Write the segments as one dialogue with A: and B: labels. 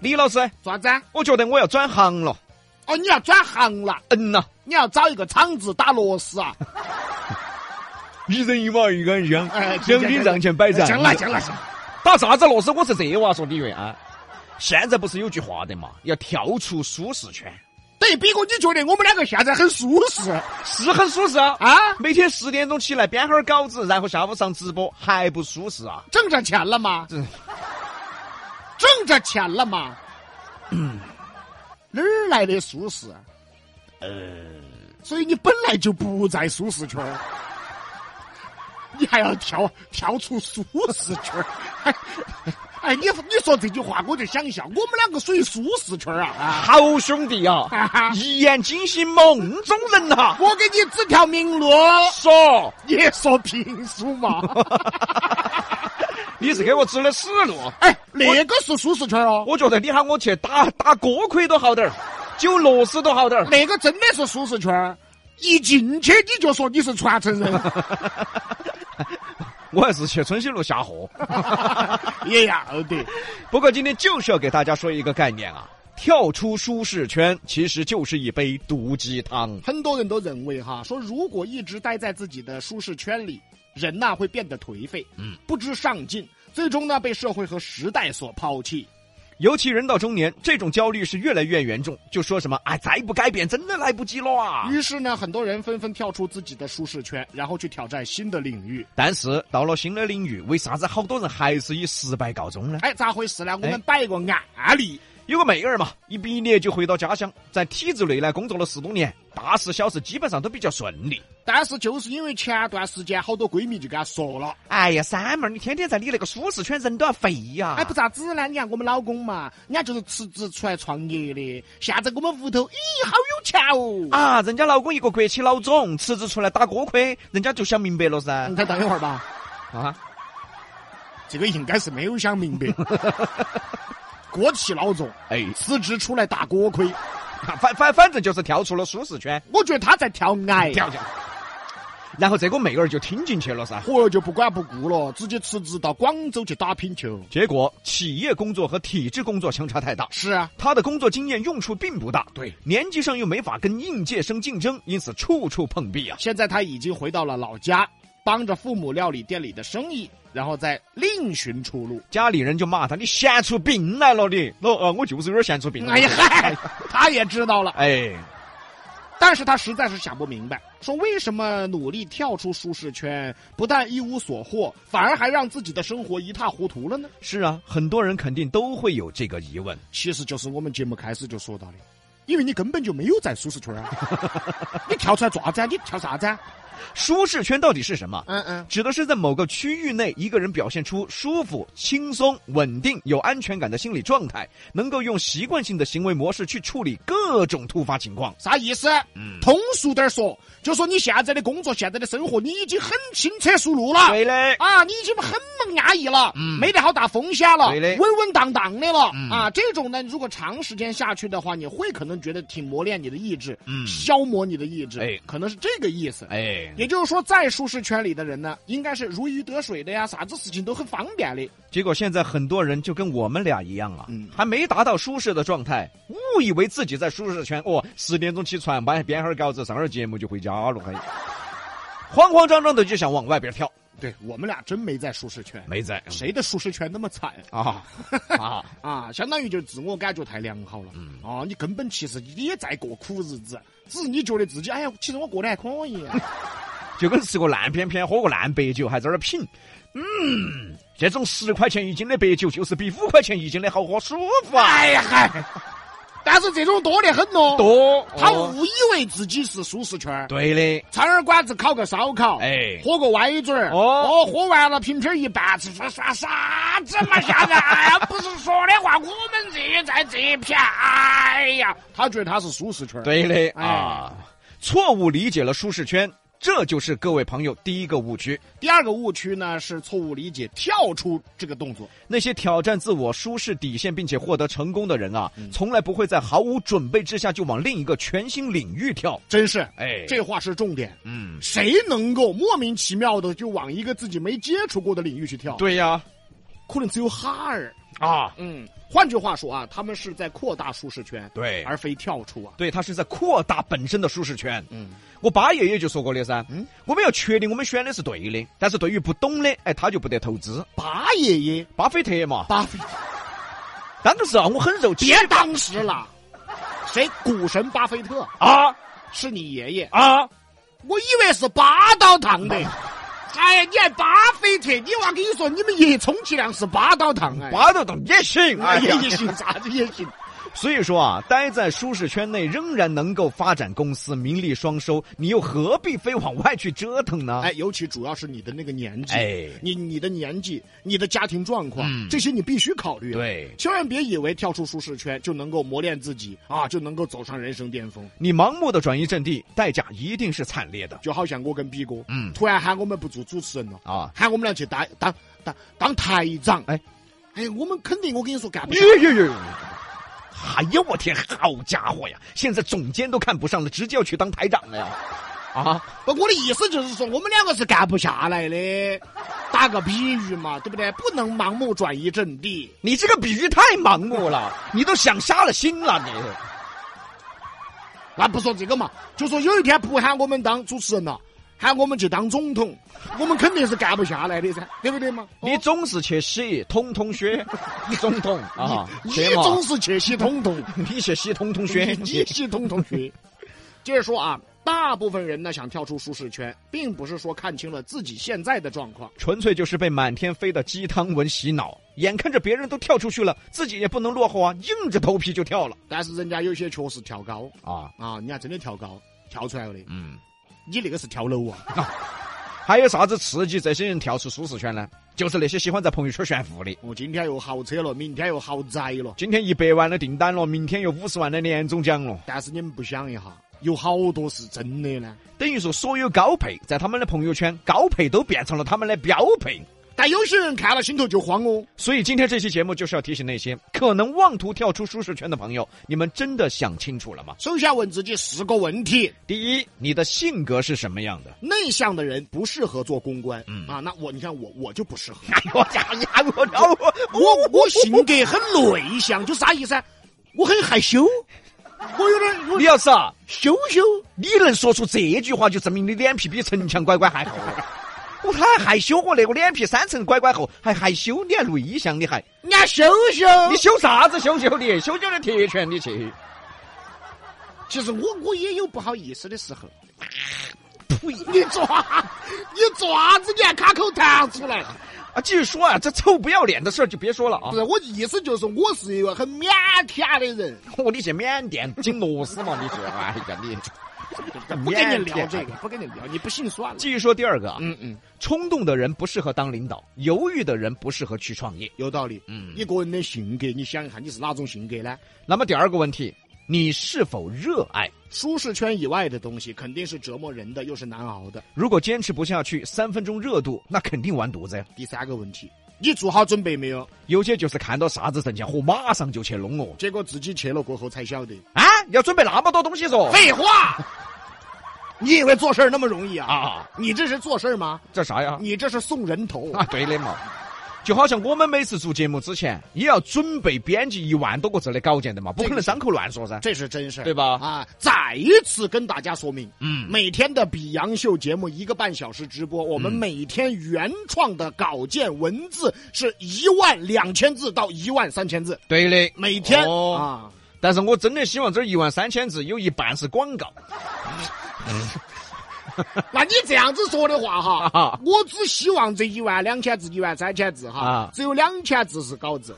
A: 李老师，
B: 爪子？
A: 我觉得我要转行了。
B: 哦，你要转行了，
A: 嗯呐、
B: 你要找一个厂子打螺丝啊！
A: 一人一碗鱼干香
B: 哎，
A: 两斤帐前摆
B: 行
A: 站。
B: 了，行了，行了。
A: 打啥子螺丝？我是这娃说李瑞安。现在不是有句话的嘛，要跳出舒适圈，
B: 等于比哥，你觉得我们两个现在很舒适
A: 是很舒适啊！
B: 啊？
A: 每天十点钟起来编哈儿稿子，然后下午上直播，还不舒适啊？
B: 挣着钱了吗？
A: 这
B: 挣着钱了吗？哪儿来的舒适？呃，所以你本来就不在舒适圈儿，你还要跳跳出舒适圈儿？ 哎，哎你你说这句话我就想笑，我们两个属于舒适圈儿啊！
A: 好兄弟啊，
B: 哈哈，
A: 一言惊醒梦中人呐、
B: 我给你指条明路，
A: 说，
B: 你说评书嘛？
A: 你是给我指的死路。
B: 哎，那个是舒适圈儿哦，
A: 我觉得你喊我去打打锅盔都好点儿，揪螺丝都好点儿。
B: 那个真的是舒适圈儿。一进去你就说你是传承人，
A: 我还是去春熙路下货。
B: 也要得。
A: 不过今天就是要给大家说一个概念啊，跳出舒适圈其实就是一杯毒鸡汤。
B: 很多人都认为哈，说如果一直待在自己的舒适圈里，人呐、会变得颓废，嗯，不知上进，最终呢被社会和时代所抛弃。
A: 尤其人到中年，这种焦虑是越来越严重，就说什么哎，再不改变真的来不及了啊！
B: 于是呢，很多人纷纷跳出自己的舒适圈，然后去挑战新的领域。
A: 但是到了新的领域，为啥子好多人还是以失败告终呢？
B: 哎，咋回事呢？我
A: 哎
B: 们摆一个案例。
A: 有个妹儿嘛，一毕业就回到家乡，在体制内呢工作了十多年，大事小事基本上都比较顺利。
B: 但是就是因为前段时间好多闺蜜就跟她说了，
A: 哎呀，三妹儿，你天天在你那个舒适圈，人都要废呀、
B: 哎不咋子呢，你看我们老公嘛，人家就是辞职出来创业的，现在我们屋头，咦，好有钱哦！
A: 啊，人家老公一个国企老总，辞职出来打锅盔，人家就想明白了噻
B: 你。看等一会儿吧。
A: 啊，
B: 这个应该是没有想 明白。国企老总
A: 哎，
B: 辞职出来打锅盔，
A: 反反反正就是跳出了舒适圈，
B: 我觉得他在跳崖，
A: 跳跳。然后这个妹儿就听进去了噻。
B: 嚯就不管不顾了，直接辞职到广州去打乒球。
A: 结果企业工作和体制工作相差太大，
B: 是啊，
A: 她的工作经验用处并不大，
B: 对，
A: 年纪上又没法跟应届生竞争，因此处处碰壁啊。
B: 现在他已经回到了老家，帮着父母料理店里的生意，然后再另寻出路。
A: 家里人就骂她：“你闲出病来了，你老啊，我就是有点闲出病来了。”
B: 哎呀嗨，他也知道了，
A: 哎，
B: 但是他实在是想不明白，说为什么努力跳出舒适圈，不但一无所获，反而还让自己的生活一塌糊涂了呢？
A: 是啊，很多人肯定都会有这个疑问。
B: 其实就是我们节目开始就说到的，因为你根本就没有在舒适圈啊， 你跳出来爪子啊？你跳啥子啊？
A: 舒适圈到底是什么？
B: 嗯嗯，
A: 指的是在某个区域内，一个人表现出舒服、轻松、稳定、有安全感的心理状态，能够用习惯性的行为模式去处理各种突发情况。
B: 啥意思？通俗点儿说，就说你现在的工作、现在的生活，你已经很轻车熟路了。
A: 对嘞，
B: 啊，你已经很猛安逸了，没得好大风险了，
A: 嗯对嗯的
B: 稳稳当当的了、啊！这种呢，如果长时间下去的话，你会可能觉得挺磨练你的意志，
A: 嗯
B: 消磨你的意志，
A: 哎
B: 可能是这个意思。
A: 哎，
B: 也就是说，在舒适圈里的人呢，应该是如鱼得水的呀，啥子事情都很方便的。
A: 结果现在很多人就跟我们俩一样啊，
B: 嗯
A: 还没达到舒适的状态，误以为自己在舒适圈哦，十点钟起床，把编会儿稿子，上会儿节目就回家了，还 慌慌张张的就想往外边跳，
B: 对我们俩真没在舒适圈，
A: 没在
B: 谁的舒适圈那么惨
A: 啊 啊，
B: 啊？相当于就是自我感觉太良好了、
A: 嗯
B: 啊！你根本其实你也在过苦日子，只是你觉得自己哎呀，其实我过得还可以、啊
A: 就跟吃个烂片片，喝个烂白酒，还在那儿品。嗯，这种十块钱一斤的白酒，就是比五块钱一斤的好喝舒服啊！
B: 哎呀嗨，但是这种多得很哦，
A: 多
B: 他
A: 哦
B: 误以为自己是舒适圈儿。
A: 对的，
B: 苍耳馆子烤个烧烤，
A: 哎
B: 喝个歪嘴儿，
A: 哦
B: 哦，喝完了瓶瓶儿一半，吃说耍啥子嘛？现 在，哎呀，不是说的话，我们这在这一片，哎呀，他觉得他是舒适圈儿，
A: 对的
B: 哎
A: 啊！错误理解了舒适圈，这就是各位朋友第一个误区。
B: 第二个误区呢是错误理解跳出这个动作，
A: 那些挑战自我舒适底线并且获得成功的人啊，从来不会在毫无准备之下就往另一个全新领域跳。
B: 真是，
A: 哎，
B: 这话是重点。
A: 嗯，
B: 谁能够莫名其妙的就往一个自己没接触过的领域去跳？
A: 对呀，
B: 可能只有哈儿。
A: 啊，
B: 嗯，换句话说啊，他们是在扩大舒适圈，
A: 对
B: 而非跳出啊。
A: 对，它是在扩大本身的舒适圈。
B: 嗯，
A: 我巴爷爷就说过的噻，
B: 嗯
A: 我们要确定我们选的是对的，但是对于不懂的，哎，他就不得投资。
B: 巴爷爷，
A: 巴菲特嘛，
B: 巴菲特，
A: 当时啊，我很受启
B: 别
A: 发
B: 当时了，谁？股神巴菲特
A: 啊
B: 是你爷爷，
A: 啊！
B: 我以为是八道堂的。哎，你还巴菲特？你娃跟你说，你们爷充其量是八道堂哎。
A: 巴豆洞也行，哎
B: 哎
A: 呀
B: 呀，，也行，啥子也 行。
A: 所以说啊，待在舒适圈内仍然能够发展公司，名利双收，你又何必非往外去折腾呢？
B: 哎，尤其主要是你的那个年纪，
A: 哎
B: 你你的年纪、你的家庭状况，
A: 嗯
B: 这些你必须考虑。啊
A: 对
B: 千万别以为跳出舒适圈就能够磨练自己啊，就能够走上人生巅峰。
A: 你盲目的转移阵地，代价一定是惨烈的
B: 就好像我跟比哥，
A: 嗯
B: 突然喊我们不做主持人了，
A: 啊！
B: 喊我们俩去当当当当台长。
A: 哎，
B: 哎，我们肯定，我跟你说干不
A: 呦
B: 下。
A: 呦呦！哎呀，我天，好家伙呀！现在总监都看不上了，直接要去当台长了呀！啊，
B: 不，我的意思就是说，我们两个是干不下来的。打个比喻嘛，对不对？不能盲目转移阵地。
A: 你这个比喻太盲目了，你都想瞎了心了，你
B: 那不说这个嘛，就说有一天不喊我们当主持人了，喊我们去当总统，我们肯定是干不下来的噻，对不对嘛？哦
A: 你总是去洗，统统血，总统啊，
B: 你
A: 血嘛
B: 总是去洗统统，
A: 你去洗，统统 血，
B: 你洗统统去。接着说啊，大部分人呢想跳出舒适圈，并不是说看清了自己现在的状况，
A: 纯粹就是被满天飞的鸡汤文洗脑，眼看着别人都跳出去了，自己也不能落后啊，硬着头皮就跳了
B: 但是人家有些确实跳高
A: 啊。
B: 啊，人家真的跳高跳出来了的，
A: 嗯，
B: 你那个是跳楼啊！
A: 还有啥子刺激这些人跳出舒适圈呢？就是那些喜欢在朋友圈炫富的。
B: 我今天又豪车了，明天又豪宅了，
A: 今天一百万的订单了，明天有五十万的年终奖了，
B: 但是你们不想一下，有好多是真的呢。
A: 等于说所有高配在他们的朋友圈，高配都变成了他们的标配。
B: 但有些人看了心头就慌哦。
A: 所以今天这期节目就是要提醒那些可能妄图跳出舒适圈的朋友，你们真的想清楚了吗？
B: 首先问自己四个问题：
A: 第一，你的性格是什么样的？
B: 内向的人不适合做公关，
A: 嗯
B: 啊，那我你看我我就不适合，
A: 哎呦呀呀！我我
B: 我我性格很内向，就啥意思啊？我很害羞，我有点有
A: 李
B: 点
A: 老师啊，
B: 羞羞，
A: 你能说出这句话，就证明你脸皮比城墙乖乖还厚。我太害羞，我那个脸皮三层乖乖厚，还害羞，你还内向，你还
B: 人家羞羞。
A: 你羞啥子羞羞的？羞羞的铁拳你去！
B: 其实我我也有不好意思的时候。呸！你抓你抓子，你还卡口弹出来了？
A: 啊，继续说啊，这臭不要脸的事儿就别说了啊
B: 不！是，我意思就是我是一个很腼腆的人。
A: 我你去缅甸金螺丝嘛，你去！哎呀，你
B: 不跟你聊这个，不跟你聊，你不信算了。
A: 继续说第二个啊，
B: 嗯嗯，
A: 冲动的人不适合当领导，犹豫的人不适合去创业。
B: 有道理。
A: 嗯
B: 一个人的性格，你想一下，你是哪种性格呢？
A: 那么第二个问题，你是否热爱？
B: 舒适圈以外的东西，肯定是折磨人的，又是难熬的。
A: 如果坚持不下去，三分钟热度，那肯定完犊子呀。
B: 第三个问题，你做好准备没有？
A: 有些就是看到啥子挣钱货，马上就去弄哦。
B: 结果自己去了过后才晓得。
A: 啊，要准备那么多东西 嗦？
B: 废话， 你以为做事儿那么容易啊？
A: 啊，
B: 你这是做事儿吗？
A: 这啥呀？
B: 你这是送人头。
A: 啊，对的嘛。就好像我们每次做节目之前，也要准备编辑一万多个字的稿件的嘛，不可能张口乱说噻，
B: 这是真事儿
A: 对吧？
B: 啊！再一次跟大家说明，
A: 嗯，
B: 每天的比杨秀节目一个半小时直播，我们
A: 嗯
B: 每天原创的稿件文字是一万两千字到一万三千字，
A: 对的。
B: 每天、
A: 哦
B: 啊。
A: 但是我真的希望这一万三千字有一半是广告。
B: 那你这样子说的话
A: 啊
B: 哈，我只希望这一万两千字、一万三千字哈
A: 啊，
B: 只有两千字是稿子，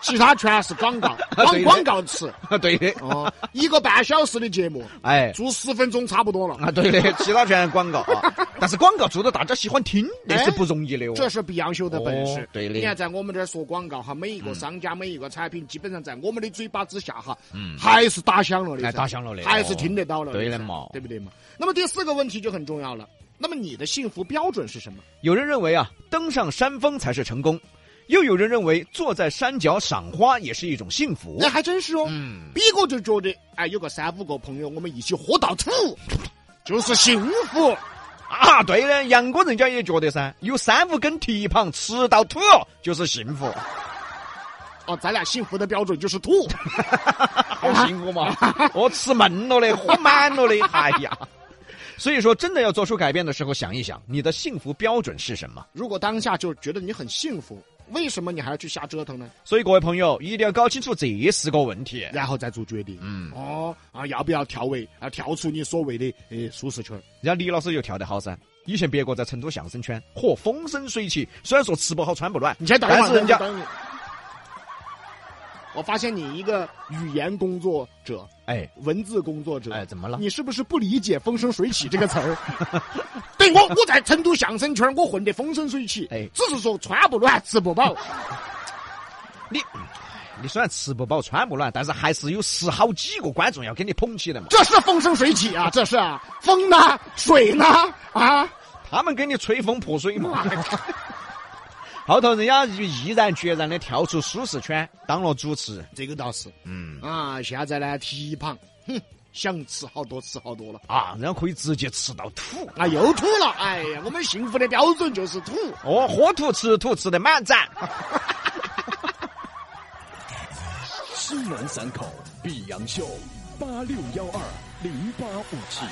B: 其他全是 广告，
A: 对
B: 往
A: 的
B: 广告吃。
A: 对的，
B: 哦，一个半小时的节目，
A: 哎。
B: 做十分钟差不多了。
A: 啊，对的，其他全是广告啊，但是广告做的大家喜欢听，那是不容易的哦。
B: 哎这是比杨秀的本事。
A: 哦对的嗯
B: 你看在我们这儿说广告哈，每一个商家、每一个产品，基本上在我们的嘴巴之下哈，还是打响了的噻，
A: 嗯哎打响了的
B: 还是听得到了噻，
A: 对的嘛哦
B: 对不对嘛？那么第四个问题就很重要了。那么你的幸福标准是什么？
A: 有人认为啊，登上山峰才是成功，又有人认为坐在山脚赏花也是一种幸福
B: 那。还真是哦。
A: 嗯，
B: 比哥就觉得，哎，有个三五个朋友，我们一起喝到吐，就是幸福。
A: 啊，对的，杨哥人家也觉得噻，有三五根蹄膀吃到吐就是幸福，
B: 哦，咱俩幸福的标准就是吐。
A: 好幸福嘛！我吃闷了的，喝满了的，哎呀！所以说，真的要做出改变的时候，想一想你的幸福标准是什么。
B: 如果当下就觉得你很幸福，为什么你还要去瞎折腾呢？
A: 所以各位朋友，一定要搞清楚这四个问题。
B: 然后再做决定。嗯，哦啊，要不要跳位啊？跳出你所谓的呃舒适圈？
A: 人家李老师就跳得好噻。以前别个在成都相声圈，嚯，风生水起。虽然说吃不好穿不暖，
B: 你先等一会
A: 但
B: 儿，
A: 是人家，
B: 等一会儿我发现你一个语言工作者、
A: 哎
B: 文字工作者，
A: 哎，怎么了？
B: 你是不是不理解“风生水起”这个词儿？ 对我，我在成都相声圈，我混得风生水起，
A: 哎
B: 只是说穿不暖，吃不饱。
A: 你你虽然吃不饱穿不暖，但是还是有十好几个观众要给你捧起的嘛。
B: 这是风生水起啊，这是啊，风呢，水呢，啊，
A: 他们给你吹风破水嘛。 后头人家就毅然决然的跳出舒适圈，当了主持。
B: 这个倒是
A: 嗯
B: 啊。现在呢，蹄膀，哼，想吃好多吃好多了
A: 啊，然后可以直接吃到吐。
B: 啊，又吐了。哎呀，我们幸福的标准就是吐。
A: 哦，喝吐吃吐吃得满攒。
C: 西南三口碧阳秀八六幺二零八五七。